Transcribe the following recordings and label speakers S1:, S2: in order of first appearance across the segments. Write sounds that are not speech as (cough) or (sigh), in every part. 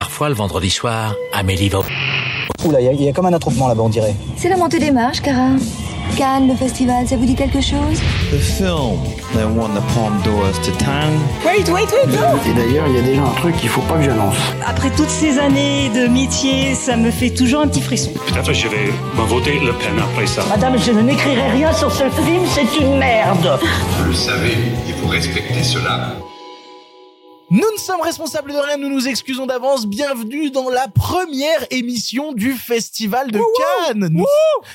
S1: Parfois, le vendredi soir, Amélie va...
S2: Oula, il y a- il y, a comme un attroupement là-bas, on dirait.
S3: C'est la montée des marches, Cara. Cannes, le festival, ça vous dit quelque chose
S4: The film that won the Palme d'Or to town.
S5: Wait, wait, wait, no
S6: Et d'ailleurs, il y a déjà un truc qu'il faut pas que j'annonce.
S5: Après toutes ces années de métier, ça me fait toujours un petit frisson.
S7: Peut-être je vais m'en voter Le Pen après ça.
S5: Madame, je n'écrirai rien sur ce film, c'est une merde.
S8: Vous le savez, et vous respectez cela.
S9: Nous ne sommes responsables de rien, nous nous excusons d'avance. Bienvenue dans la première émission du Festival de Cannes. Nous,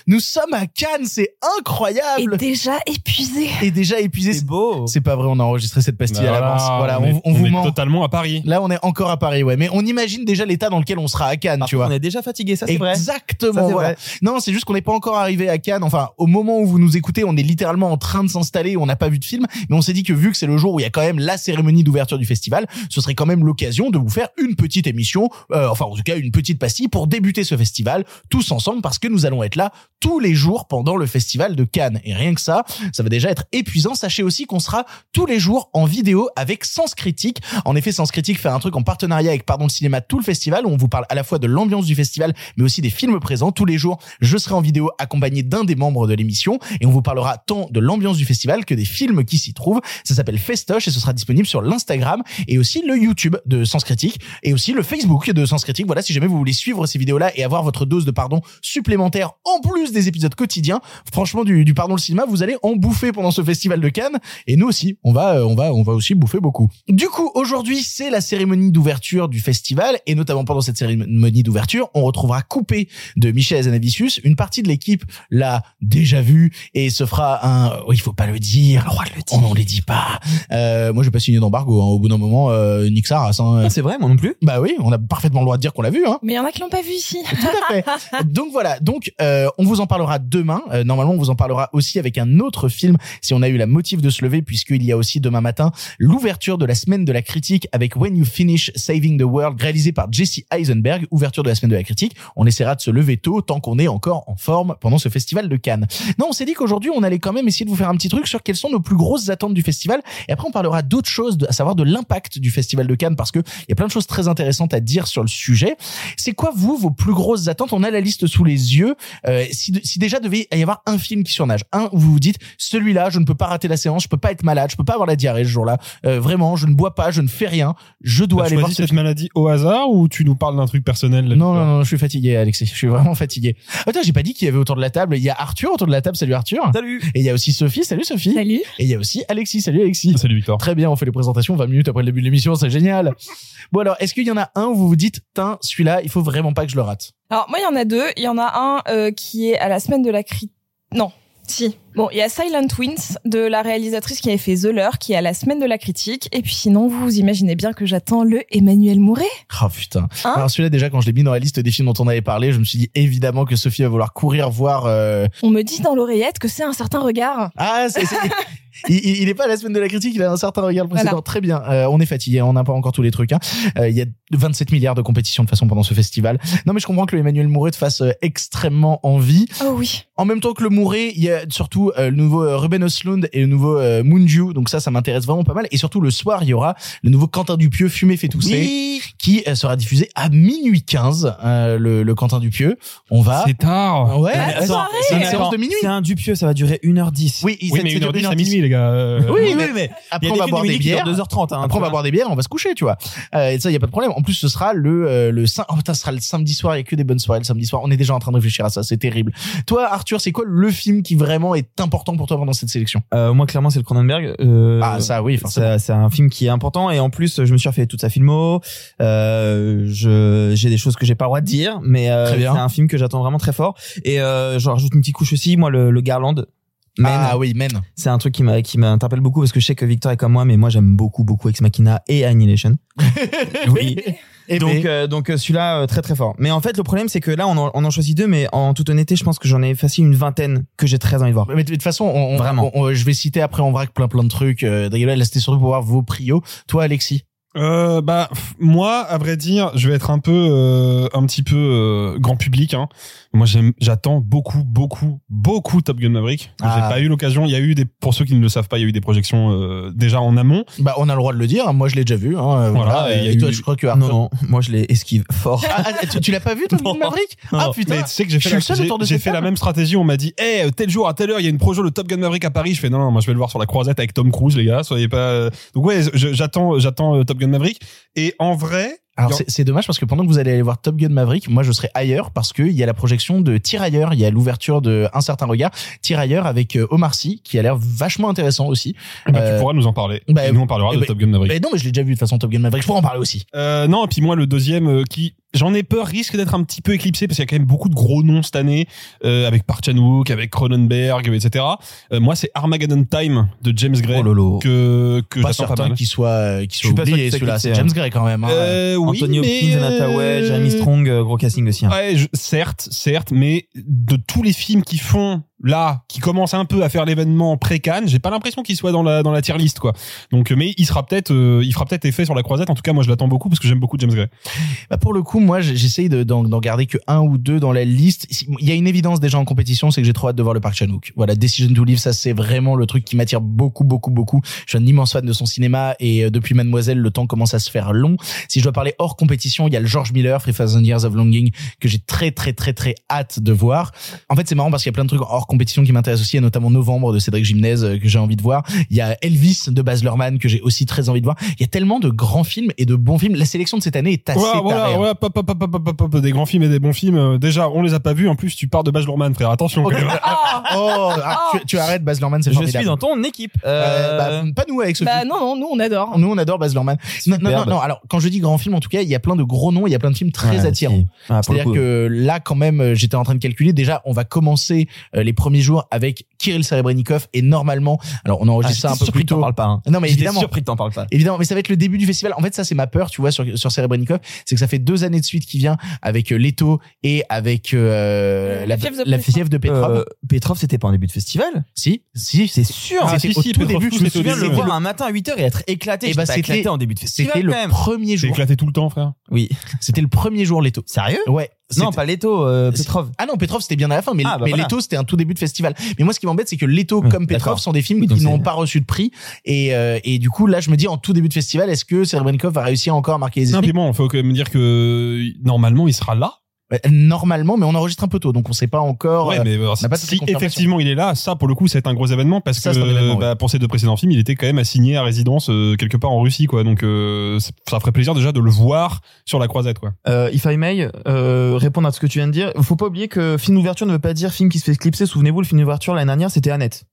S9: nous sommes à Cannes, c'est incroyable.
S10: déjà épuisé.
S9: Et, déjà épuisé.
S11: C'est beau.
S9: C'est pas vrai, on a enregistré cette pastille à l'avance. Voilà, on,
S11: Bah est,
S9: on vous
S11: est
S9: ment.
S11: totalement à Paris.
S9: Là, on est encore à Paris, ouais. Mais on imagine déjà l'état dans lequel on sera à Cannes, tu vois.
S11: On est déjà fatigué, ça c'est vrai. Ça,
S9: Exactement.
S11: c'est
S9: voilà.
S11: vrai.
S9: Non, c'est juste qu'on n'est pas encore arrivé à Cannes. Enfin, au moment où vous nous écoutez, on est littéralement en train de s'installer. On n'a pas vu de film, mais on s'est dit que vu que c'est le jour où il y a quand même la cérémonie d'ouverture du festival, ce serait quand même l'occasion de vous faire une petite émission, euh, enfin en tout cas une petite pastille pour débuter ce festival tous ensemble parce que nous allons être là tous les jours pendant le festival de Cannes. Et rien que ça, ça va déjà être épuisant. Sachez aussi qu'on sera tous les jours en vidéo avec Sens Critique. En effet, Sens Critique fait un truc en partenariat avec Pardon le Cinéma, tout le festival, où on vous parle à la fois de l'ambiance du festival, mais aussi des films présents. Tous les jours, je serai en vidéo accompagné d'un des membres de l'émission, et on vous parlera tant de l'ambiance du festival que des films qui s'y trouvent. Ça s'appelle Festoche, et ce sera disponible sur l'Instagram, et aussi le YouTube de Sens Critique, et aussi le Facebook de Sens Critique. Voilà, si jamais vous voulez suivre ces vidéos-là et avoir votre dose de Pardon supplémentaire en plus des épisodes quotidiens, franchement, du, du Pardon le Cinéma, vous allez en bouffer pendant ce festival de Cannes, et nous aussi, on va, euh, on va, on va aussi bouffer beaucoup. Du coup, aujourd'hui, c'est la cérémonie d'ouverture du festival, et notamment pendant cette cérémonie d'ouverture, on retrouvera coupé de Michel Azanavicius une partie de l'équipe l'a déjà vue et se fera un. oh, il faut pas le dire. On n'en les dit pas. Euh, moi, j'ai pas signé d'embargo. hein. Au bout d'un moment, euh, nique sa race. hein.
S11: Ah, c'est vrai, moi non plus.
S9: Bah oui, on a parfaitement le droit de dire qu'on l'a vu. Hein.
S10: Mais il y en a qui l'ont pas vu ici.
S9: Tout à fait. Donc voilà, donc euh, on vous en parlera demain. Euh, normalement, on vous en parlera aussi avec un autre film si on a eu la motive de se lever, puisqu'il y a aussi demain matin l'ouverture de la semaine de la critique avec When You Finish Saving the World, réalisé par Jesse Eisenberg. Ouverture de la semaine de la critique. On essaiera de se lever tôt tant qu'on est encore en forme pendant ce festival de Cannes. Non, on s'est dit qu'aujourd'hui, on allait quand même essayer de vous faire un petit truc sur quelles sont nos plus grosses attentes du festival. Et après, on parlera d'autres choses, de- à savoir de l'impact du festival de Cannes, parce que il y a plein de choses très intéressantes à dire sur le sujet. C'est quoi, vous, vos plus grosses attentes On a la liste sous les yeux. Euh, si, de- si déjà devait y avoir un film qui surnage, un où vous vous dites, celui-là, je ne peux pas rater la séance, je peux pas être malade, je peux pas avoir la diarrhée ce jour-là. Euh, vraiment, je ne bois pas, je ne fais rien. Je dois
S11: Tu
S9: aller voir
S11: choisis
S9: ce
S11: cette maladie au hasard ou tu nous parles d'un truc personnel là,
S9: non,
S11: tu vois
S9: non, non, je suis fatigué, Alexis. Je suis vraiment fatigué. Attends, j'ai pas dit qu'il y avait autour de la table. Il y a Arthur autour de la table. Salut Arthur.
S11: Salut.
S9: Et il y a aussi Sophie. Salut Sophie.
S10: (laughs) Salut.
S9: Et il y a aussi Alexis. Salut Alexis.
S11: Ah, Salut Victor.
S9: Très bien, on fait les présentations 20 minutes après le début de l'émission, c'est génial. Bon alors, est-ce qu'il y en a un où vous vous dites, tiens, celui-là, il faut vraiment pas que je le rate
S10: Alors moi, il y en a deux. Il y en a un euh, qui est à la semaine de la critique. Non, si. Bon, il y a Silent Twins de la réalisatrice qui avait fait The Lure, qui est à la semaine de la critique. Et puis sinon, vous imaginez bien que j'attends le Emmanuel Mouret.
S9: Oh putain.
S10: Hein
S9: alors celui-là déjà, quand je l'ai mis dans la liste des films dont on avait parlé, je me suis dit évidemment que Sophie va vouloir courir voir. euh,
S10: On me dit dans l'oreillette que c'est un certain regard.
S9: Ah, c'est, c'est- il, il- il est pas à la semaine de la critique, il a un certain regard précédent.
S10: Voilà.
S9: Très bien. Euh, on est fatigué, on n'a pas encore tous les trucs. hein. Euh, il y a 27 milliards de compétitions de façon pendant ce festival. Non, mais je comprends que le Emmanuel Mouret te fasse euh, extrêmement envie.
S10: Oh oui.
S9: En même temps que le Mouret, il y a surtout euh, le nouveau euh, Ruben Östlund et le nouveau euh, Moonju. Donc ça, ça m'intéresse vraiment pas mal. Et surtout le soir, il y aura le nouveau Quentin Dupieux, Fumé fait tousser, qui euh, sera diffusé à minuit 15. euh, le, le Quentin Dupieux, on
S12: Ah.
S9: va.
S11: C'est tard.
S9: Ah Ouais,
S10: la
S9: ouais,
S10: soirée.
S9: c'est une
S10: Attends,
S9: séance de minuit.
S12: C'est un Dupieux, ça va durer 1h10.
S9: Oui, il-
S11: Oui,
S9: c'est-
S11: mais
S9: c'est
S11: 1h10 à
S9: 1h10.
S11: minuit, les gars. euh,
S9: Oui,
S12: Oui,
S9: mais-
S12: mais il
S9: Après,
S12: y a
S9: on
S12: des
S9: va
S12: films
S9: boire
S12: de
S9: des
S12: Munich qui durent
S9: bières.
S12: 2h30. hein,
S9: Après,
S12: tu
S9: on va
S12: vois.
S9: boire des bières, on va se coucher, tu vois. Euh, et ça, il y a pas de problème. En plus, ce sera le euh, le cin- oh, putain, ce sera le samedi soir. Il y a que des bonnes soirées le samedi soir. On est déjà en train de réfléchir à ça. C'est terrible. Toi, Arthur, c'est quoi le film qui vraiment est important pour toi pendant cette sélection
S12: Euh, Moi, clairement, c'est le Cronenberg. Euh,
S9: Ah, ça, oui, forcément.
S12: ça- C'est un film qui est important et en plus je me suis refait toute sa filmo. Euh, je j'ai des choses que j'ai pas le droit de dire, mais euh,
S9: Très
S12: c'est
S9: bien.
S12: un film que j'attends vraiment très fort. Et euh, je rajoute une petite couche aussi. Moi le, le Garland, Man,
S9: Ah oui, Men.
S12: c'est un truc qui m'a qui m'interpelle beaucoup parce que je sais que Victor est comme moi, mais moi j'aime beaucoup beaucoup Ex Machina et
S11: (laughs)
S12: Annihilation. oui.
S9: Et
S12: Donc,
S9: mais-
S12: euh, donc euh, celui-là euh, très très fort. Mais en fait, le problème c'est que là, on en, on en choisit deux, mais en toute honnêteté, je pense que j'en ai facile une vingtaine que j'ai très envie de voir.
S9: Mais de toute façon, on, on-
S12: Vraiment.
S9: on- on- je vais citer après en vrac plein plein de trucs. Euh, D'ailleurs, là, c'était surtout pour voir vos prios. Toi, Alexis,
S11: Euh, bah pff, moi, à vrai dire, je vais être un peu, euh, un petit peu euh, grand public. Hein. Moi, j'aime- j'attends beaucoup, beaucoup, beaucoup Top Gun Maverick. J'ai
S9: Ah.
S11: pas eu l'occasion. Il y a eu des, pour ceux qui ne le savent pas, il y a eu des projections euh, déjà en amont.
S9: Bah, on a le droit de le dire. Moi, je l'ai déjà vu. Hein, euh,
S11: Voilà,
S9: voilà.
S11: et il y a
S9: Et toi,
S11: eu-
S9: je crois que
S12: Non, non, moi je l'ai esquive fort.
S9: Ah, ah, tu, tu l'as pas vu, Top Gun Maverick Ah
S11: Non,
S9: putain.
S11: Mais tu sais que j'ai
S9: Je
S11: fait,
S9: suis
S11: la,
S9: le seul
S11: j'ai-
S9: autour de
S11: j'ai
S9: cette
S11: fait la
S9: table.
S11: même stratégie. On m'a dit, eh tel jour à telle heure, il y a une projo le Top Gun Maverick à Paris. Je fais non, non, moi je vais le voir sur la croisette avec Tom Cruise, les gars. Soyez pas. euh." Donc ouais, je- j'attends, j'attends euh, Top Gun Maverick. Et en vrai,
S9: Alors
S11: il y en-
S9: c'est- c'est dommage parce que pendant que vous allez aller voir Top Gun Maverick, moi je serai ailleurs parce qu'il y a la projection de Tirailleurs, il y a l'ouverture de Un certain regard, Tirailleurs avec euh, Omar Sy qui a l'air vachement intéressant aussi.
S11: eh ben,
S9: Euh,
S11: tu pourras nous en parler.
S9: bah,
S11: Et nous on parlera
S9: eh
S11: de
S9: ben,
S11: Top Gun Maverick.
S9: Mais non mais je l'ai déjà vu de toute façon Top Gun Maverick, je pourrais en parler aussi.
S11: Euh, non, et puis moi, le deuxième euh, qui, j'en ai peur, risque d'être un petit peu éclipsé parce qu'il y a quand même beaucoup de gros noms cette année, euh, avec Park Chan-wook, avec Cronenberg, etc. Euh, moi, c'est Armageddon Time de James Gray
S12: Oh lolo.
S11: que, que
S9: pas
S11: j'attends pas
S9: certain
S11: mal.
S9: qu'il soit euh, qu'il
S12: Je
S9: soit
S12: suis pas sûr
S9: oublié
S12: que ça
S9: celui-là,
S12: clique,
S9: c'est
S12: hein.
S9: James Gray quand même. hein.
S11: Euh, oui,
S12: Anthony
S11: mais,
S12: Hopkins, Anataway,
S11: euh,
S12: Jeremy Strong, euh, gros casting aussi. hein.
S11: Ouais, je- certes, certes, mais de tous les films qui font là, qui commencent un peu à faire l'événement pré-Cannes, j'ai pas l'impression qu'il soit dans la dans la tier list quoi. Donc, euh, mais il sera peut-être, euh, il fera peut-être effet sur la croisette. En tout cas, moi, je l'attends beaucoup parce que j'aime beaucoup James Gray.
S9: Bah, pour le coup, moi j'ai- j'essaye de- d'en d'en garder que un ou deux dans la liste. Si- Il y a une évidence déjà en compétition, c'est que j'ai trop hâte de voir le Park Chan-wook. Voilà, Decision to Live, ça c'est vraiment le truc qui m'attire beaucoup, beaucoup, beaucoup. Je suis un immense fan de son cinéma et euh, depuis Mademoiselle, le temps commence à se faire long. Si je dois parler hors compétition, il y a le George Miller, 3000 Years of Longing, que j'ai très, très, très, très hâte de voir. En fait, c'est marrant parce qu'il y a plein de trucs hors compétition qui m'intéressent aussi, et notamment Novembre de Cédric Gimnez euh, que j'ai envie de voir. Il y a Elvis de Baz Luhrmann que j'ai aussi très envie de voir. Il y a tellement de grands films et de bons films. La sélection de cette année est assez
S11: Voilà,
S9: tarée,
S11: voilà,
S9: hein.
S11: voilà, pop, pop, pop, pop, pop, pop, des grands films et des bons films. Euh, Déjà, on les a pas vus. En plus, tu pars de Baz Luhrmann, frère. Attention. (laughs) quand même.
S10: Ah (laughs)
S9: Oh, ah, tu, tu arrêtes Baz Luhrmann, c'est
S12: Je
S9: formidable.
S12: suis dans ton équipe.
S9: Euh,
S12: Euh,
S9: bah, pas nous avec ce
S10: bah non, non, nous on adore.
S9: Nous, on adore Baz Luhrmann. Non, non, non,
S12: Superbe.
S9: non. Alors, quand je dis grand film, en tout cas, il y a plein de gros noms, il y a plein de films très
S12: ouais,
S9: attirants.
S12: si. Ah, pour le
S9: C'est-à-dire
S12: coup.
S9: que là, quand même, euh, j'étais en train de calculer. Déjà, on va commencer euh, les premiers jours avec Kirill Serebrennikov et normalement, alors on
S12: Ah,
S9: enregistre ça un
S12: j'étais
S9: peu
S12: surpris
S9: plus
S12: que t'en
S9: tôt.
S12: parles pas. hein.
S9: Non, mais
S12: J'étais
S9: évidemment.
S12: surpris que t'en parles pas.
S9: Évidemment, mais ça va être le début du festival. En fait, ça, c'est ma peur, tu vois, sur, sur Serebrennikov. C'est que ça fait deux années de suite qui vient avec euh, Leto et avec euh, la,
S10: La fièvre de
S9: la
S10: Petrov.
S9: fièvre de Petrov.
S12: Euh, Petrov, c'était pas en début de festival
S9: si, si,
S12: C'est sûr.
S11: Ah,
S12: C'était
S11: si,
S12: au
S11: si,
S12: tout
S11: Petrov,
S12: début.
S11: tout
S12: Je me
S11: était au
S12: souviens de le
S11: début.
S12: voir un matin à 8h et être éclaté.
S9: Eh
S12: J'étais
S9: ben,
S12: pas
S9: c'était-
S12: éclaté en début de festival.
S9: c'était le
S12: quand même.
S9: premier
S11: J'ai
S9: jour.
S11: éclaté tout le temps, frère.
S12: Oui.
S9: C'était le premier jour Leto.
S12: Sérieux
S9: Ouais.
S12: Non,
S9: c'était-
S12: pas Leto, euh,
S9: C'est-
S12: Petrov.
S9: Ah non, Petrov c'était bien à la fin, mais,
S12: Ah, bah
S9: mais
S12: voilà.
S9: Leto c'était un tout début de festival. Mais moi ce qui m'embête c'est que Leto
S12: Ouais,
S9: comme Petrov
S12: d'accord.
S9: sont des films
S12: Oui, donc
S9: qui
S12: c'est-
S9: n'ont pas reçu de prix et, euh, et du coup là je me dis en tout début de festival est-ce que Serebrennikov va réussir encore à marquer les
S11: Non,
S9: esprits
S11: puis bon, faut quand même dire que normalement, il sera là.
S9: Ouais, Normalement, mais on enregistre un peu tôt donc on sait pas encore.
S11: Ouais,
S9: euh,
S11: mais alors,
S9: on n'a pas toutes les
S11: si
S9: confirmations.
S11: effectivement il est là, ça pour le coup c'est un gros événement parce
S9: Ça,
S11: que
S9: c'est un événement,
S11: bah, pour ces deux précédents films il était quand même assigné à résidence euh, quelque part en Russie quoi, donc euh, ça- ça ferait plaisir déjà de le voir sur la croisette quoi.
S12: Euh, if I may, euh, répondre à ce que tu viens de dire, faut pas oublier que film d'ouverture ne veut pas dire film qui se fait clipser. Souvenez-vous, le film d'ouverture l'année dernière, c'était Annette.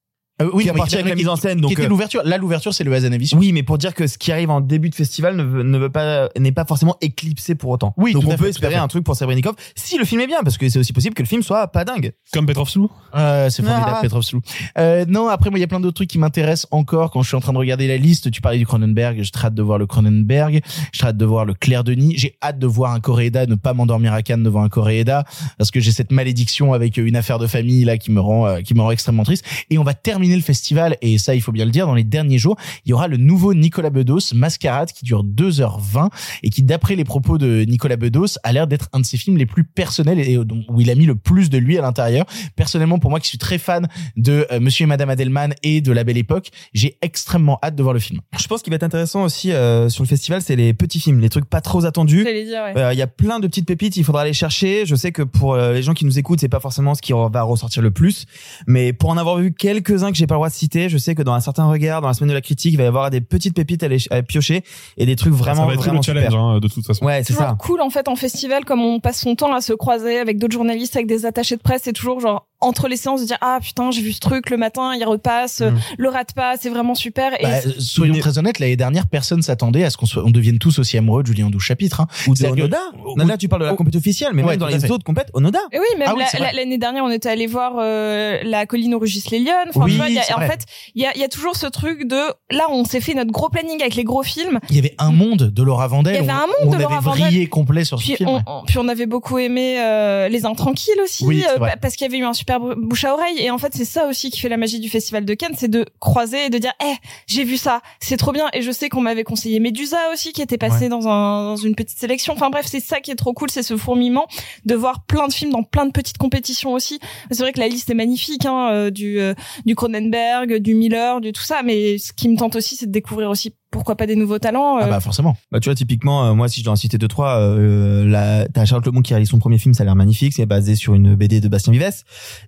S9: euh, oui,
S12: qui est
S9: non, mais
S12: parti
S9: qui-
S12: avec la
S9: qui-
S12: mise en scène.
S9: qui
S12: Donc,
S9: était
S12: euh,
S9: l'ouverture. Là l'ouverture c'est le Hazanavis.
S12: oui, mais pour dire que ce qui arrive en début de festival ne veut, ne veut pas, n'est pas forcément éclipsé pour autant.
S9: Oui,
S12: Donc
S9: tout
S12: on
S9: à
S12: peut
S9: fait, tout
S12: espérer
S9: à fait.
S12: un truc pour Sabrenikov si le film est bien, parce que c'est aussi possible que le film soit pas dingue.
S11: Comme Petrov Slou.
S9: Euh, c'est formidable,
S12: Ah.
S9: Petrov Slou. Euh, non, après, moi, il y a plein d'autres trucs qui m'intéressent encore quand je suis en train de regarder la liste. Tu parlais du Cronenberg, je hâte de voir le Cronenberg, je hâte de voir le Claire Denis. J'ai hâte de voir un Coréeda, ne pas m'endormir à Cannes devant un Coréeda, parce que j'ai cette malédiction avec une affaire de famille, là, qui me rend, euh, qui me rend extrêmement triste. Et on va terminer le festival, et ça, il faut bien le dire, dans les derniers jours, il y aura le nouveau Nicolas Bedos, Mascarade, qui dure 2h20, et qui, d'après les propos de Nicolas Bedos, a l'air d'être un de ses films les plus personnels et euh, dont- où il a mis le plus de lui à l'intérieur personnellement pour moi qui suis très fan de euh, Monsieur et Madame Adelman et de La Belle Époque, j'ai extrêmement hâte de voir le film.
S12: Je pense qu'il va être intéressant aussi euh, sur le festival, c'est les petits films, les trucs pas trop attendus.
S10: J'allais dire, ouais.
S12: Euh, Il y a plein de petites pépites, il faudra les chercher. Je sais que pour euh, les gens qui nous écoutent, c'est pas forcément ce qui re- va ressortir le plus, mais pour en avoir vu quelques-uns que j'ai pas le droit de citer, je sais que dans un certain regard, dans la semaine de la critique, il va y avoir des petites pépites à, les ch- à piocher et des trucs
S9: Ah,
S12: vraiment
S11: ça va être
S12: vraiment
S11: le challenge
S12: super.
S11: hein, de toute façon.
S12: Ouais, c'est
S10: toujours
S12: ça.
S10: cool en fait en festival comme on passe son temps à se croiser avec d'autres journalistes avec des attachés de presse c'est toujours genre entre les séances de dire ah putain j'ai vu ce truc le matin il repasse euh,
S12: Mm.
S10: le rate pas c'est vraiment super et
S9: Bah,
S10: c'est-
S9: soyons
S12: mais-
S9: très honnêtes, l'année dernière, personne s'attendait à ce qu'on soit, on devienne tous aussi amoureux de Julien Douche chapitre. Hein.
S12: Ou de
S9: C'est-à-dire que-
S12: Onoda. Non, là, tu parles de la
S9: Oh.
S12: compétition officielle, mais
S9: Ouais,
S12: même dans
S9: tout à
S12: les
S9: fait.
S12: autres compètes, Onoda.
S10: et oui même
S9: Ah oui,
S10: la-
S9: c'est
S10: la-
S9: vrai.
S10: l'année dernière on était allé voir euh, la colline au Rugis les Lyonnes enfin,
S12: Oui,
S10: tu vois, il y a-
S12: c'est
S10: en
S12: vrai.
S10: fait il y a, il y a toujours ce truc de là on s'est fait notre gros planning avec les gros films
S9: Il y avait un monde de Laura Vandel.
S10: Il y avait un monde
S9: on, on
S10: de Laura
S9: avait
S10: Vandel.
S9: vrillé complet sur ce
S10: puis
S9: film.
S10: on, on- puis on avait beaucoup aimé euh, les intranquilles aussi
S9: Oui, c'est
S10: euh,
S9: vrai.
S10: pa- parce qu'il y avait eu un super super bou- bouche à oreille. Et en fait, c'est ça aussi qui fait la magie du Festival de Cannes, c'est de croiser et de dire, eh, j'ai vu ça, c'est trop bien. Et je sais qu'on m'avait conseillé Medusa aussi, qui était passé dans, un, dans une petite sélection. Enfin bref, c'est ça qui est trop cool, c'est ce fourmillement de voir plein de films dans plein de petites compétitions aussi. C'est vrai que la liste est magnifique, hein, euh, du euh, du Cronenberg, du Miller, du tout ça. Mais ce qui me tente aussi, c'est de découvrir aussi pourquoi pas des nouveaux talents.
S9: Ah
S10: euh,
S9: bah forcément.
S12: Bah, tu vois, typiquement, euh, moi, si je dois en citer deux, trois, euh, la- t'as Charlotte Lebon qui réalise son premier film, ça a l'air magnifique, c'est basé sur une BD de Bastien Vives.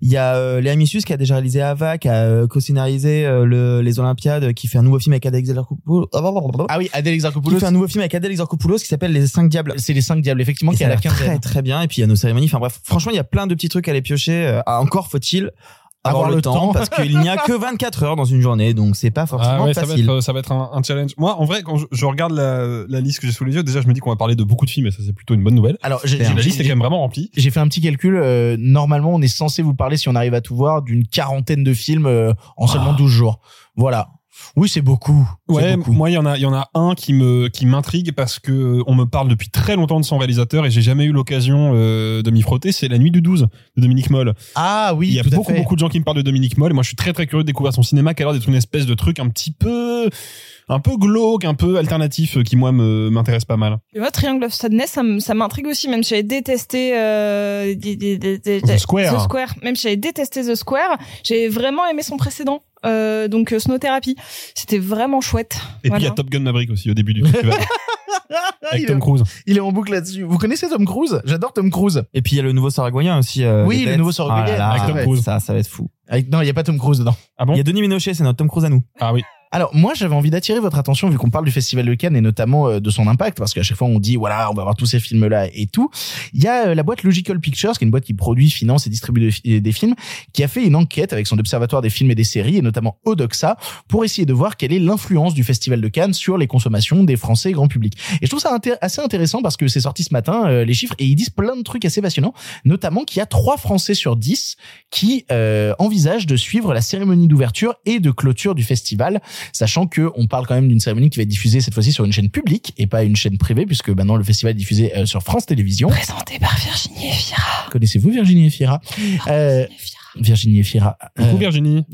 S12: Il y a euh, Léa Missus qui a déjà réalisé Ava, qui a euh, co-scénarisé euh, le- les Olympiades, euh, qui fait un nouveau film avec Adèle Exarchopoulos.
S9: Ah oui, Adèle
S12: Qui
S9: Exarchopoulos.
S12: fait un nouveau film avec Adèle Exarchopoulos qui s'appelle Les Cinq Diables.
S9: C'est les cinq diables, effectivement,
S12: Et
S9: qui est
S12: ça
S9: à
S12: a
S9: la
S12: l'air très
S9: quinzaine.
S12: très bien. Et puis il y a nos cérémonies. Enfin bref, franchement, il y a plein de petits trucs à les piocher. Euh, ah, encore faut-il avoir, le, temps, parce qu'il n'y a que 24 heures dans une journée, donc c'est pas forcément
S11: Ah ouais, ça va
S12: facile.
S11: être, ça va être un, un challenge. Moi, en vrai, quand je, je regarde la, la liste que j'ai sous les yeux, déjà, je me dis qu'on va parler de beaucoup de films et ça, c'est plutôt une bonne nouvelle.
S9: Alors, j'ai-
S12: Super.
S11: La
S9: j'ai
S11: liste est quand
S9: j'ai-
S11: même vraiment remplie.
S9: j'ai fait un petit calcul. euh, normalement, on est censé vous parler, si on arrive à tout voir, d'une quarantaine de films euh, en
S12: Ah.
S9: seulement 12 jours. Voilà. Oui, c'est beaucoup. C'est
S11: Ouais,
S9: beaucoup.
S11: moi il y en a, il y en a un qui me qui m'intrigue parce que euh, on me parle depuis très longtemps de son réalisateur et j'ai jamais eu l'occasion euh, de m'y frotter. C'est La Nuit du 12 de Dominique Moll.
S9: Ah oui,
S11: il y a
S9: tout à
S11: beaucoup
S9: fait.
S11: beaucoup de gens qui me parlent de Dominique Moll et moi je suis très très curieux de découvrir son cinéma qui a l'air d'être une espèce de truc un petit peu un peu glauque, un peu alternatif euh, qui moi me m'intéresse pas mal.
S10: Tu vois, Triangle of Sadness, ça, m- ça m'intrigue aussi, même si j'avais détesté euh, des- des- des- des-
S11: The Square.
S10: The Square. Même si j'avais détesté The Square, j'ai vraiment aimé son précédent, euh, donc euh, Snow Therapy. C'était vraiment chouette.
S11: Et puis il y
S10: Voilà.
S11: a Top Gun Maverick aussi au début du
S9: (laughs)
S11: festival avec
S9: il, est,
S11: Tom Cruise.
S9: il est en boucle là-dessus. Vous connaissez Tom Cruise J'adore Tom Cruise.
S12: Et puis il y a le nouveau Saragoyen aussi. euh,
S9: Oui,
S12: les
S9: le
S12: Bêtes.
S9: nouveau Saragoyen,
S12: Ah là là,
S9: avec Tom
S12: ouais,
S11: Cruise.
S12: Ça, ça va être fou.
S9: Avec- non, il y a pas Tom Cruise dedans.
S11: Ah bon
S12: Il y a Denis Ménochet, c'est notre Tom Cruise à nous.
S11: Ah oui.
S9: Alors moi j'avais envie d'attirer votre attention vu qu'on parle du Festival de Cannes et notamment euh, de son impact parce qu'à chaque fois on dit voilà on va voir tous ces films là et tout. Il y a euh, la boîte Logical Pictures qui est une boîte qui produit, finance et distribue de fi- des films qui a fait une enquête avec son observatoire des films et des séries et notamment Odoxa pour essayer de voir quelle est l'influence du Festival de Cannes sur les consommations des Français et grand public. Et je trouve ça intér- assez intéressant parce que c'est sorti ce matin euh, les chiffres et ils disent plein de trucs assez passionnants notamment qu'il y a trois Français sur 10 qui euh, envisagent de suivre la cérémonie d'ouverture et de clôture du festival sachant que on parle quand même d'une cérémonie qui va être diffusée cette fois-ci sur une chaîne publique et pas une chaîne privée puisque maintenant le festival est diffusé euh, sur France Télévisions.
S10: Présenté par Virginie Efira.
S9: Connaissez-vous Virginie Efira Euh,
S10: Virginie Efira.
S9: Virginie Efira.
S11: Coucou
S9: euh, Ah.
S11: Virginie.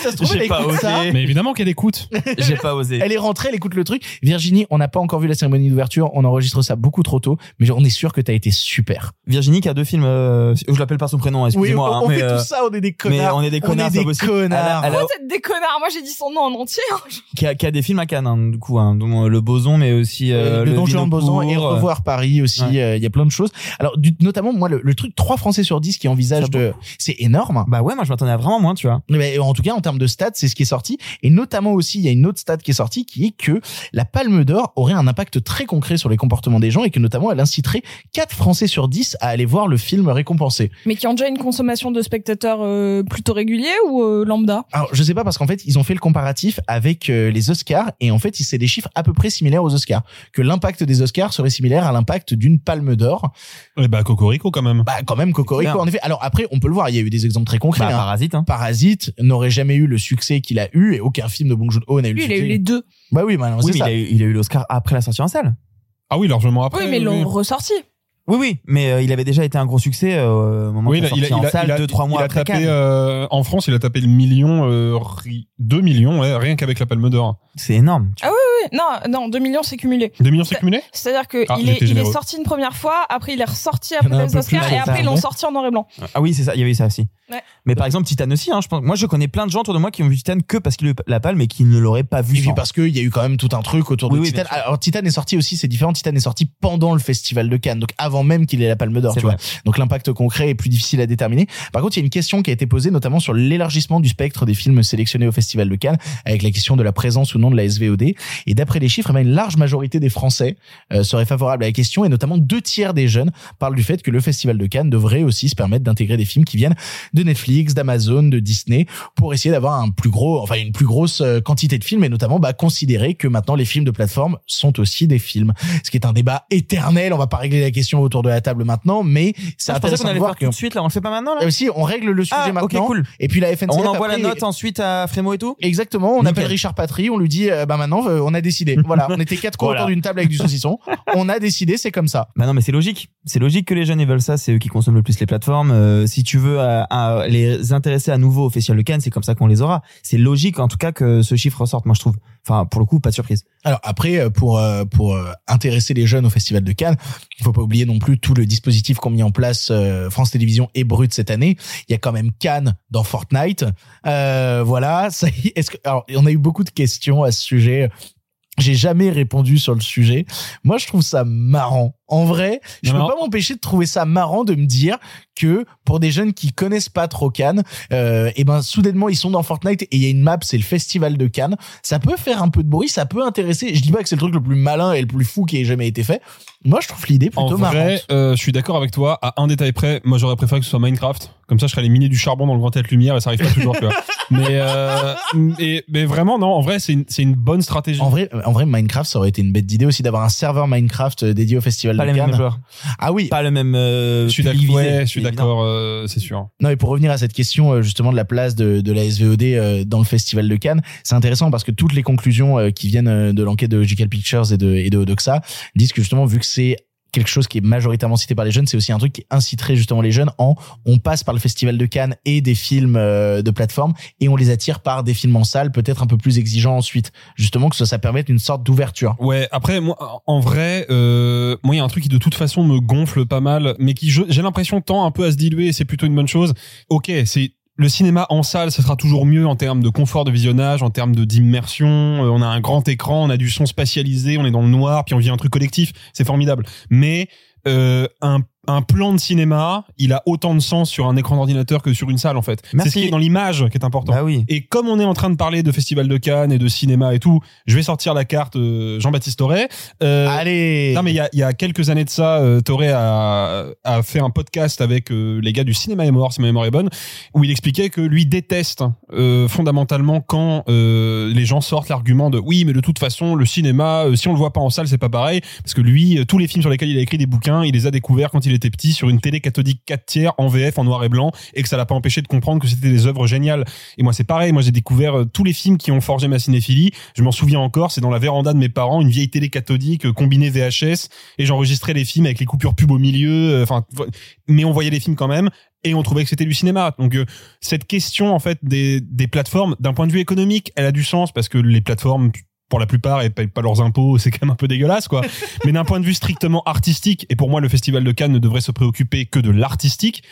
S9: ça se trouve, elle
S12: J'ai pas
S9: écoute ça.
S12: osé.
S11: Mais évidemment
S9: (laughs)
S11: qu'elle écoute.
S12: J'ai pas osé.
S9: Elle est rentrée, elle écoute le truc. Virginie, on n'a pas encore vu la cérémonie d'ouverture, on enregistre ça beaucoup trop tôt, mais on est sûr que t'as été super.
S12: Virginie qui a deux films. euh, je l'appelle par son prénom, excusez-moi. hein,
S9: on,
S12: mais,
S9: fait
S12: euh,
S9: tout ça, on est des
S12: mais
S9: connards.
S12: on est des connards, c'est pas possible.
S9: connards.
S12: Elle a-
S10: Vous êtes des connards. Oh, Moi, j'ai dit son nom en entier. (laughs)
S12: Qui a, qui a des films à Cannes, hein, du coup, hein, dont, euh, le Boson, mais aussi euh,
S9: le Don Juan
S12: Dino
S9: Boson et
S12: Court, euh,
S9: revoir Paris aussi. euh,
S12: ouais.
S9: Il y a plein de choses. Alors, du- notamment, moi, le, le truc 3 Français sur 10 qui envisagent
S12: Ça
S9: de, c'est énorme.
S12: Bah ouais, moi je m'attendais à vraiment moins, tu vois.
S9: Mais en tout cas, en termes de stats, c'est ce qui est sorti. Et notamment aussi, il y a une autre stat qui est sortie qui est que la Palme d'Or aurait un impact très concret sur les comportements des gens et que notamment elle inciterait 4 Français sur 10 à aller voir le film récompensé.
S10: Mais qui ont déjà une consommation de spectateurs euh, plutôt régulier ou euh, lambda
S9: Alors, je sais pas parce qu'en fait, ils ont fait le comparatif avec euh, les Oscars et en fait, c'est des chiffres à peu près similaires aux Oscars. Que l'impact des Oscars serait similaire à l'impact d'une Palme d'Or.
S11: Eh bah Cocorico quand même.
S9: Bah, quand même, Cocorico,
S12: Clair.
S9: en effet. Alors après, on peut le voir, il y a eu des exemples très concrets.
S12: Bah,
S9: hein.
S12: Parasite, hein.
S9: Parasite n'aurait jamais eu le succès qu'il a eu et aucun film de Bong Joon-ho n'a eu le
S10: Lui, il a
S9: succès.
S10: eu les deux.
S9: Bah oui, bah non,
S12: Oui,
S9: c'est
S12: mais il
S9: ça.
S12: a, eu, il a eu l'Oscar après la sortie en salle.
S11: Ah oui, largement après.
S10: oui, mais ils l'ont ressorti.
S12: Oui, oui, mais euh, il avait déjà été un gros succès euh, au moment
S11: Oui,
S12: de
S11: il
S12: la
S11: a, il a-
S12: sortie en
S11: il a- il
S12: salle,
S11: a-
S12: deux, trois
S11: il
S12: mois
S11: a
S12: après
S11: tapé,
S12: Cannes.
S11: euh, en France, il a tapé le million, euh, ri- 2 millions, ouais, rien qu'avec la Palme d'Or.
S12: C'est énorme. tu vois.
S10: Oui, non, non, 2 millions, c'est cumulé.
S11: 2 millions, c'est cumulé
S10: C'est-à-dire que
S11: Ah,
S10: il, est,
S11: j'étais
S10: il est
S11: généreux.
S10: sorti une première fois, après il est ressorti
S9: Il y en a
S10: après
S9: un
S10: les
S9: peu plus
S10: Oscars,
S12: tard,
S10: et après ils l'ont
S12: non
S10: sorti en noir et blanc.
S12: Ah oui, c'est ça, il y avait eu ça aussi.
S10: Ouais.
S12: Mais par exemple, Titan aussi, hein, je pense. Moi, je connais plein de gens autour de moi qui ont vu Titan que parce qu'il a eu la palme et qui ne l'auraient pas vu.
S9: Et puis
S12: sans.
S9: parce qu'il y a eu quand même tout un truc autour
S12: Oui,
S9: de
S12: oui,
S9: Titan.
S12: bien sûr.
S9: Alors Titan est sorti aussi, c'est différent. Titan est sorti pendant le festival de Cannes, donc avant même qu'il ait la Palme d'Or,
S12: C'est
S9: tu vois. Donc l'impact concret est plus difficile à déterminer. Par contre, il y a une question qui a été posée, notamment sur l'élargissement du spectre des films sélectionnés au festival de Cannes, avec la question de la présence ou non de la SVOD. Et d'après les chiffres, eh bien, une large majorité des Français euh, seraient favorables à la question, et notamment deux tiers des jeunes parlent du fait que le festival de Cannes devrait aussi se permettre d'intégrer des films qui viennent de Netflix, d'Amazon, de Disney, pour essayer d'avoir un plus gros, enfin une plus grosse euh, quantité de films, et notamment bah, considérer que maintenant les films de plateforme sont aussi des films, ce qui est un débat éternel. On va pas régler la question autour de la table maintenant, mais c'est
S12: Ah, je pensais qu'on
S9: intéressant de
S12: allait
S9: voir
S12: voir Ah
S9: que
S12: tout de suite, là, on le fait pas maintenant, là
S9: Euh, si on règle le sujet
S12: Ah,
S9: maintenant,
S12: ok, cool.
S9: et puis la FNCF
S12: On envoie la
S9: après,
S12: note ensuite à Frémo et tout
S9: Exactement, on
S12: Nickel.
S9: appelle Richard Patry, on lui dit euh, bah maintenant
S12: (laughs)
S9: euh, on a décidé. Voilà, on était quatre quoi
S12: Voilà.
S9: autour d'une table avec du saucisson. On a décidé, c'est comme ça.
S12: Bah non, mais c'est logique. c'est logique que les jeunes ils veulent ça, c'est eux qui consomment le plus les plateformes. Euh, si tu veux à- à les intéresser à nouveau au Festival de Cannes, c'est comme ça qu'on les aura. C'est logique en tout cas que ce chiffre ressorte, moi je trouve. Enfin, pour le coup, pas de surprise.
S9: Alors après, euh, pour euh, pour euh, intéresser les jeunes au Festival de Cannes, il faut pas oublier non plus tout le dispositif qu'ont mis en place euh, France Télévisions et Brut cette année. Il y a quand même Cannes dans Fortnite. Euh, voilà. (laughs) Ça y est, est-ce que alors on a eu beaucoup de questions à ce sujet. J'ai jamais répondu sur le sujet. Moi, je trouve ça marrant. En vrai, je
S11: Non,
S9: peux
S11: mais
S9: pas m'empêcher de trouver ça marrant de me dire que pour des jeunes qui connaissent pas trop Cannes, euh, et ben soudainement ils sont dans Fortnite et il y a une map, c'est le festival de Cannes. Ça peut faire un peu de bruit, ça peut intéresser. Je dis pas que c'est le truc le plus malin et le plus fou qui ait jamais été fait. Moi, je trouve l'idée
S11: En
S9: plutôt
S11: vrai,
S9: marrante.
S11: euh, je suis d'accord avec toi. À un détail près, moi j'aurais préféré que ce soit Minecraft. Comme ça, je serais les miner du charbon dans le grand tête lumière et ça arrive pas toujours.
S12: (laughs)
S11: tu vois. Mais, euh, et- mais vraiment, non. En vrai, c'est une, c'est une bonne stratégie.
S9: En vrai, en vrai, Minecraft, ça aurait été une bête d'idée aussi d'avoir un serveur Minecraft euh, dédié au festival
S12: Pas
S9: de
S12: les mêmes
S9: Cannes.
S12: joueurs,
S9: Ah oui,
S12: pas le même. euh,
S11: je suis
S12: public
S11: d'accord.
S12: visé,
S11: ouais, je suis
S12: évidemment.
S11: d'accord. euh, c'est sûr.
S9: Non, et pour revenir à cette question euh, justement de la place de, de la SVOD euh, dans le Festival de Cannes, c'est intéressant parce que toutes les conclusions euh, qui viennent euh, de l'enquête de Logical Pictures et de, et de Odoxa disent que justement, vu que c'est quelque chose qui est majoritairement cité par les jeunes, c'est aussi un truc qui inciterait justement les jeunes en on passe par le Festival de Cannes et des films euh, de plateforme et on les attire par des films en salle peut-être un peu plus exigeants ensuite. Justement que ça, ça permette une sorte d'ouverture.
S11: Ouais, après, moi, en vrai, euh, moi, il y a un truc qui de toute façon me gonfle pas mal, mais qui, je- j'ai l'impression, tend un peu à se diluer, et c'est plutôt une bonne chose. Ok, c'est le cinéma en salle, ce sera toujours mieux en termes de confort de visionnage, en termes de d'immersion. euh, on a un grand écran, on a du son spatialisé, on est dans le noir, puis on vit un truc collectif. C'est formidable. Mais euh, un, un plan de cinéma, il a autant de sens sur un écran d'ordinateur que sur une salle, en fait. C'est
S12: Merci.
S11: ce qui est dans l'image qui est important.
S12: Bah oui.
S11: Et comme on est en train de parler de Festival de Cannes et de cinéma et tout, je vais sortir la carte euh, Jean-Baptiste Toré. Euh,
S9: Ah, Allez
S11: non mais il y a, il y a quelques années de ça, euh, Toré a, a fait un podcast avec euh, les gars du Cinéma est mort, si ma mémoire est bonne, où il expliquait que lui déteste euh, fondamentalement quand euh, les gens sortent l'argument de oui mais de toute façon le cinéma, euh, si on le voit pas en salle c'est pas pareil, parce que lui, euh, tous les films sur lesquels il a écrit des bouquins, il les a découverts quand il était petit sur une télé cathodique 4 tiers en VF en noir et blanc, et que ça l'a pas empêché de comprendre que c'était des œuvres géniales. Et moi c'est pareil, moi j'ai découvert euh, tous les films qui ont forgé ma cinéphilie, je m'en souviens encore, c'est dans la véranda de mes parents, une vieille télé cathodique euh, combinée VHS, et j'enregistrais les films avec les coupures pub au milieu, euh, enfin, vo- mais on voyait les films quand même, et on trouvait que c'était du cinéma. Donc euh, cette question en fait des, des plateformes, d'un point de vue économique, elle a du sens parce que les plateformes pour la plupart, elles payent pas leurs impôts, (laughs) c'est quand même un peu dégueulasse, quoi. Mais d'un point de vue strictement artistique, et pour moi, le Festival de Cannes ne devrait se préoccuper que de l'artistique.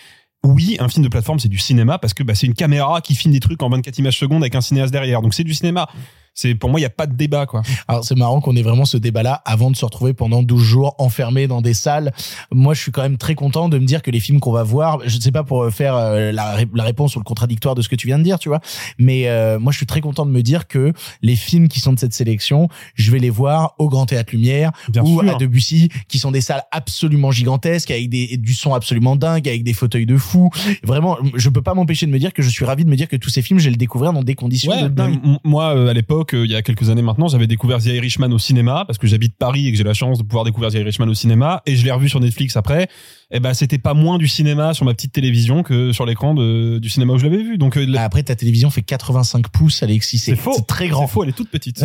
S11: Oui, un film de plateforme, c'est du cinéma parce que bah, c'est une caméra qui filme des trucs en 24 images secondes avec un cinéaste derrière. Donc c'est du cinéma. C'est pour moi, il y a pas de débat, quoi.
S9: Alors c'est marrant qu'on ait vraiment ce débat-là avant de se retrouver pendant 12 jours enfermés dans des salles. Moi, je suis quand même très content de me dire que les films qu'on va voir, je ne sais pas pour faire euh, la, ré- la réponse ou le contradictoire de ce que tu viens de dire, tu vois, mais euh, moi, je suis très content de me dire que les films qui sont de cette sélection, je vais les voir au Grand Théâtre Lumière
S11: Bien
S9: ou
S11: sûr.
S9: à Debussy, qui sont des salles absolument gigantesques avec des, du son absolument dingue, avec des fauteuils de fou. Vraiment, je peux pas m'empêcher de me dire que je suis ravi de me dire que tous ces films, je vais les découvrir dans des conditions
S11: Ouais,
S9: de dingue.
S11: m- m- Moi, euh, à l'époque, euh, il y a quelques années maintenant, j'avais découvert The Irishman au cinéma parce que j'habite Paris et que j'ai la chance de pouvoir découvrir The Irishman au cinéma et je l'ai revu sur Netflix après. Et ben, c'était pas moins du cinéma sur ma petite télévision que sur l'écran de- du cinéma où je l'avais vu. Donc, euh,
S9: Bah, après, ta télévision fait 85 pouces, Alexis. C'est
S11: c'est faux.
S9: c'est très Ah, grand.
S11: C'est faux, elle est toute petite.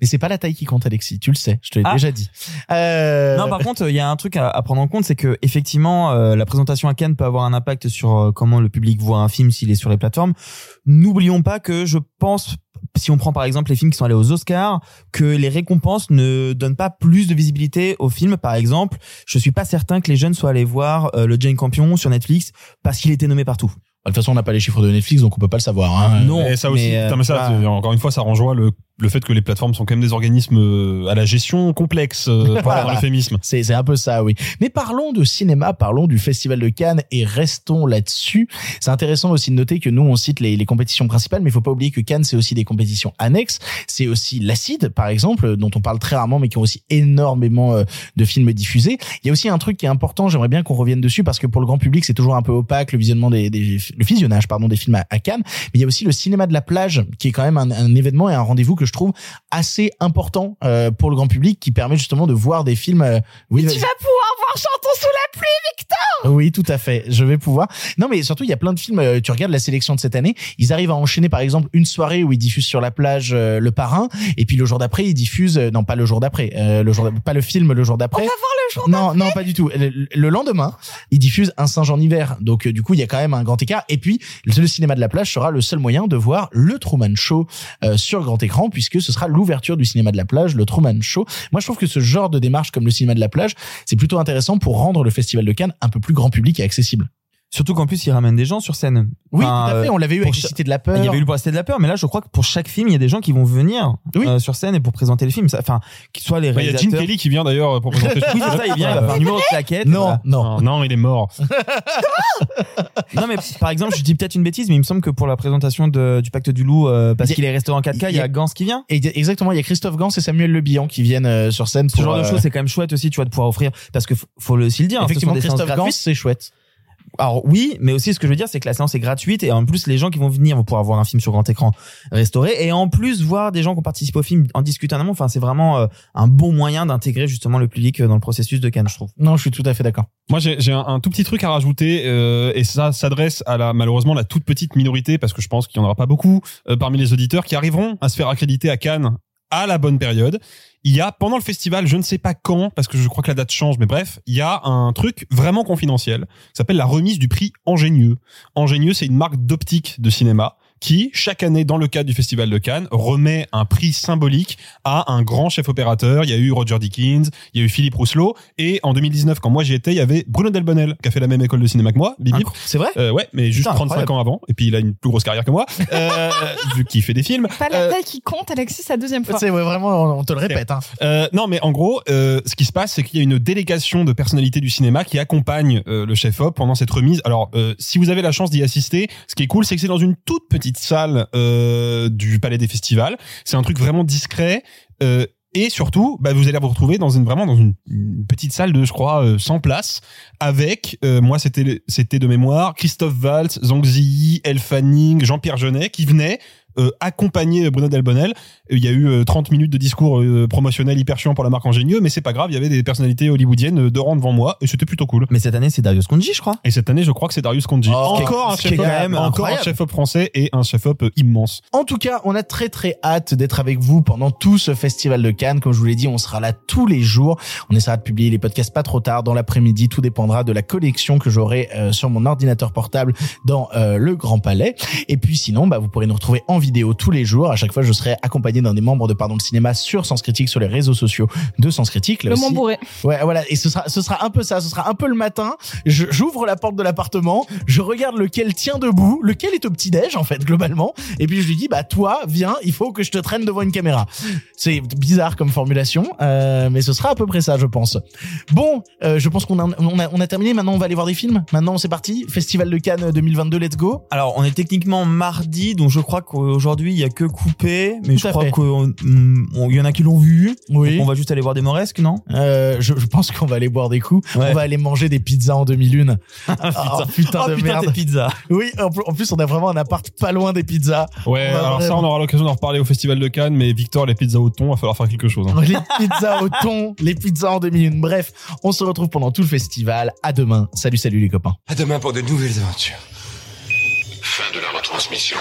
S9: Mais c'est pas la taille qui compte, Alexis. Tu le sais. Je te l'ai
S12: Ah.
S9: déjà dit. Euh,
S12: Non, par contre, il y a un truc à, à prendre en compte, c'est que effectivement, euh, la présentation à Cannes peut avoir un impact sur euh, comment le public voit un film s'il est sur les plateformes. N'oublions pas que je pense, si on prend par exemple les films qui sont allés aux Oscars, que les récompenses ne donnent pas plus de visibilité aux films. Par exemple, je suis pas certain que les jeunes soient allés voir euh, le Jane Campion sur Netflix parce qu'il était nommé partout.
S9: Bah, de toute façon, on n'a pas les chiffres de Netflix, donc on peut pas le savoir. hein.
S12: Non.
S11: Et ça aussi.
S12: mais, euh,
S11: putain, mais ça,
S12: voilà.
S11: c'est- encore une fois, ça renjoint le, le fait que les plateformes sont quand même des organismes euh, à la gestion complexe, euh, pour
S9: Voilà.
S11: avoir l'euphémisme.
S9: C'est c'est un peu ça, oui. Mais parlons de cinéma, parlons du Festival de Cannes et restons là-dessus. C'est intéressant aussi de noter que nous, on cite les, les compétitions principales, mais il faut pas oublier que Cannes, c'est aussi des compétitions annexes. C'est aussi l'acide, par exemple, dont on parle très rarement, mais qui ont aussi énormément euh, de films diffusés. Il y a aussi un truc qui est important, j'aimerais bien qu'on revienne dessus, parce que pour le grand public, c'est toujours un peu opaque, le visionnement des, des- le visionnage, pardon, des films à, à Cannes. Mais il y a aussi le cinéma de la plage, qui est quand même un, un événement et un rendez-vous que je trouve assez important euh, pour le grand public, qui permet justement de voir des films euh, oui,
S10: Tu vas pouvoir voir Chanton sous la pluie
S9: oui, tout à fait. Je vais pouvoir. Non, mais surtout, il y a plein de films. euh, Tu regardes la sélection de cette année. Ils arrivent à enchaîner, par exemple, une soirée où ils diffusent sur la plage euh, Le Parrain, et puis le jour d'après, ils diffusent. euh, Non, pas le jour d'après. euh, le jour, d'a- pas le film, le jour
S10: On va
S9: d'après.
S10: voir le le jour
S9: Non, non, pas du tout. Le, le lendemain, ils diffusent Un singe en hiver. Donc, euh, du coup, il y a quand même un grand écart. Et puis, le cinéma de la plage sera le seul moyen de voir le Truman Show euh, sur grand écran, puisque ce sera l'ouverture du cinéma de la plage, le Truman Show. Moi, je trouve que ce genre de démarche comme le cinéma de la plage, c'est plutôt intéressant pour rendre le Festival de Cannes un peu plus grand public et accessible.
S12: Surtout qu'en plus, ils ramènent des gens sur scène.
S9: Oui,
S12: Enfin,
S9: tout à fait.
S12: euh,
S9: On l'avait eu
S12: pour
S9: avec
S12: cha-
S9: Cité de la Peur.
S12: Il y avait eu le pour la Cité de la peur, mais là, je crois que pour chaque film, il y a des gens qui vont venir
S9: Oui.
S12: euh, sur scène et pour présenter le film. Ça- Enfin, qu'ils soient les
S11: Bah, Il y a Jim
S12: réalisateurs.
S11: Kelly qui vient d'ailleurs pour présenter.
S12: Oui, c'est ça, il vient, il va faire un numéro de claquette.
S9: Non,
S12: voilà.
S9: non.
S11: Non, non, il est mort.
S12: Non, mais par exemple, je dis peut-être une bêtise, mais il me semble que pour la présentation de- du Pacte du Loup, euh, parce
S9: Il y a-
S12: qu'il est restauré en 4K, il y a Gans qui vient.
S9: Et il y a- exactement, il y a Christophe Gans et Samuel Le Bihan qui viennent euh, sur scène.
S12: Ce
S9: pour,
S12: genre de
S9: euh,
S12: choses, c'est quand même chouette aussi, tu vois, de pouvoir offrir, parce que f- faut le, aussi le dire. hein, ce sont
S9: Effectivement,
S12: des séances
S9: Christophe Gans,
S12: gratuites.
S9: c'est chouette.
S12: Alors oui, mais aussi ce que je veux dire, c'est que la séance est gratuite et en plus les gens qui vont venir vont pouvoir voir un film sur grand écran restauré et en plus voir des gens qui ont participé au film en discuter en amont. Enfin, c'est vraiment euh, un bon moyen d'intégrer justement le public euh, dans le processus de Cannes, je trouve.
S9: Non, je suis tout à fait d'accord.
S11: Moi, j'ai j'ai un, un tout petit truc à rajouter euh, et ça s'adresse à la malheureusement la toute petite minorité parce que je pense qu'il y en aura pas beaucoup euh, parmi les auditeurs qui arriveront à se faire accréditer à Cannes à la bonne période. Il y a pendant le festival, je ne sais pas quand parce que je crois que la date change, mais bref, il y a un truc vraiment confidentiel qui s'appelle la remise du prix Ingénieux. Ingénieux, c'est une marque d'optique de cinéma qui, chaque année, dans le cadre du Festival de Cannes, remet un prix symbolique à un grand chef opérateur. Il y a eu Roger Dickens, il y a eu Philippe Rousselot, et en 2019, quand moi j'y étais, il y avait Bruno Delbonnel, qui a fait la même école de cinéma que moi, Bip Bip.
S12: Incroyable. C'est vrai
S11: Euh, ouais, mais juste
S12: Putain,
S11: 35
S12: incroyable.
S11: ans avant, et puis il a une plus grosse carrière que moi, euh, (laughs) vu qu'il fait des films.
S10: Pas la
S11: Euh,
S10: taille qui compte, Alexis, la deuxième fois.
S9: C'est ouais, vraiment, on te le répète. Hein.
S11: Euh, non, mais en gros, euh, ce qui se passe, c'est qu'il y a une délégation de personnalités du cinéma qui accompagne euh, le chef op pendant cette remise. Alors, euh, si vous avez la chance d'y assister, ce qui est cool, c'est que c'est dans une toute petite salle euh, du Palais des Festivals. C'est un truc vraiment discret. euh, et surtout, bah, vous allez vous retrouver dans une vraiment dans une, une petite salle de, je crois, euh, 100 places, avec euh, moi c'était c'était de mémoire Christophe Valls, Zhang Ziyi, Elle Fanning, Jean-Pierre Jeunet qui venaient euh, accompagner Bruno Delbonnel il y a eu euh, 30 minutes de discours euh, promotionnel hyper chiant pour la marque Ingénieux, mais c'est pas grave, il y avait des personnalités hollywoodiennes euh, de rang devant moi, et c'était plutôt cool.
S12: Mais cette année, c'est Darius Konji, je crois.
S11: Et cette année, je crois que c'est Darius Kondji.
S9: Oh, ce qui est-
S11: encore un
S12: ce qui est
S11: chef-op,
S12: quand même
S11: encore un
S12: incroyable.
S11: chef-op français et un chef-op euh, immense.
S9: En tout cas, on a très très hâte d'être avec vous pendant tout ce festival de Cannes. Comme je vous l'ai dit, on sera là tous les jours. On essaiera de publier les podcasts pas trop tard dans l'après-midi. Tout dépendra de la collection que j'aurai euh, sur mon ordinateur portable dans euh, le Grand Palais. Et puis sinon, bah, vous pourrez nous retrouver en vidéo tous les jours. À chaque fois, je serai accompagné d'un des membres de Pardon le Cinéma sur Sens Critique, sur les réseaux sociaux de Sens Critique. Là
S10: Le
S9: aussi-
S10: mont bourré.
S9: Ouais, voilà. Et ce sera, ce sera un peu ça. Ce sera un peu le matin. Je- J'ouvre la porte de l'appartement. Je regarde lequel tient debout, lequel est au petit déj en fait globalement. Et puis je lui dis, bah toi, viens. Il faut que je te traîne devant une caméra. C'est bizarre comme formulation, euh, mais ce sera à peu près ça, je pense. Bon, euh, je pense qu'on a, on a, on a terminé. Maintenant, on va aller voir des films. Maintenant, c'est parti. Festival de Cannes euh, 2022. Let's go.
S12: Alors, on est techniquement mardi, donc je crois qu'aujourd'hui, il y a que coupé, mais
S9: Tout
S12: je
S9: à
S12: crois euh,
S9: fait.
S12: qu'il y en a qui l'ont vu.
S9: Oui.
S12: Donc, on va juste aller voir des moresques, non
S9: Euh, je, je pense qu'on va aller boire des coups.
S12: Ouais.
S9: On va aller manger des pizzas en 2001. Oh, putain
S12: Oh
S9: de
S12: putain, tes
S9: merde.
S12: pizzas.
S9: Oui, en pl- en plus, on a vraiment un appart pas loin des pizzas.
S11: Ouais,
S9: On va
S11: alors ça,
S9: vraiment-
S11: on aura l'occasion d'en reparler au Festival de Cannes, mais Victor, les pizzas au thon, va falloir faire quelque chose. hein.
S9: Les pizzas au thon, les pizzas en 2001. Bref, on se retrouve pendant tout le festival. À demain. Salut, salut les copains.
S8: Fin de la retransmission.